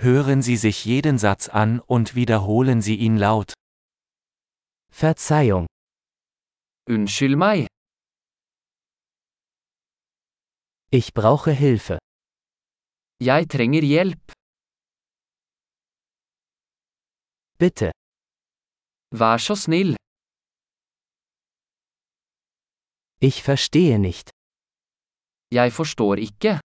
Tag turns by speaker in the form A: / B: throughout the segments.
A: Hören Sie sich jeden Satz an und wiederholen Sie ihn laut.
B: Verzeihung,
C: Unnskyld meg,
B: ich brauche Hilfe.
C: jeg trenger hjelp.
B: Bitte,
C: Vær så snill,
B: ich verstehe nicht.
C: jeg forstår ikke.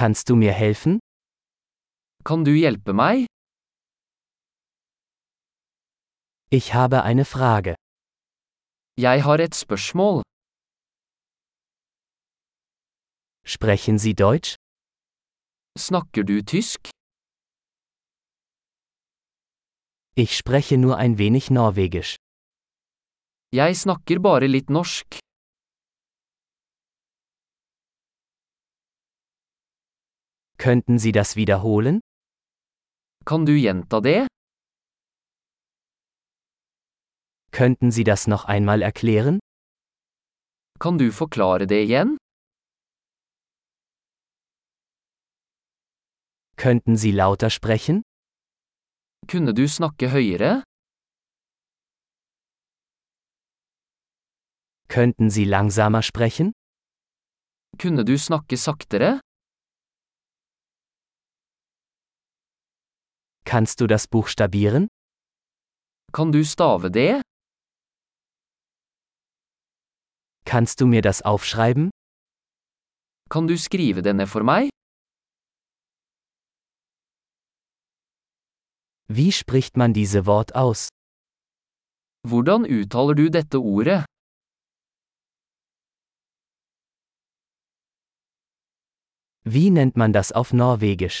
B: Kannst du mir helfen?
C: Kan du hjelpe meg?
B: Ich habe eine Frage.
C: Jeg har et spørsmål.
B: Sprechen Sie Deutsch?
C: Snakker du tysk?
B: Ich spreche nur ein wenig Norwegisch.
C: Jeg snakker bare litt norsk.
B: Könnten Sie das wiederholen?
C: Kan du gjenta det?
B: Könnten Sie das noch einmal erklären?
C: Kan du forklare det igjen?
B: Könnten Sie lauter sprechen?
C: Kunne du snakke høyere?
B: Könnten Sie langsamer sprechen?
C: Kunne du snakke saktere?
B: Kannst du das buchstabieren?
C: Kan du stave det?
B: Kannst du mir das aufschreiben?
C: Kan du skrive det ned for meg?
B: Wie spricht man diese Wort aus?
C: Hvordan uttaler du dette ordet?
B: Wie nennt man das auf Norwegisch?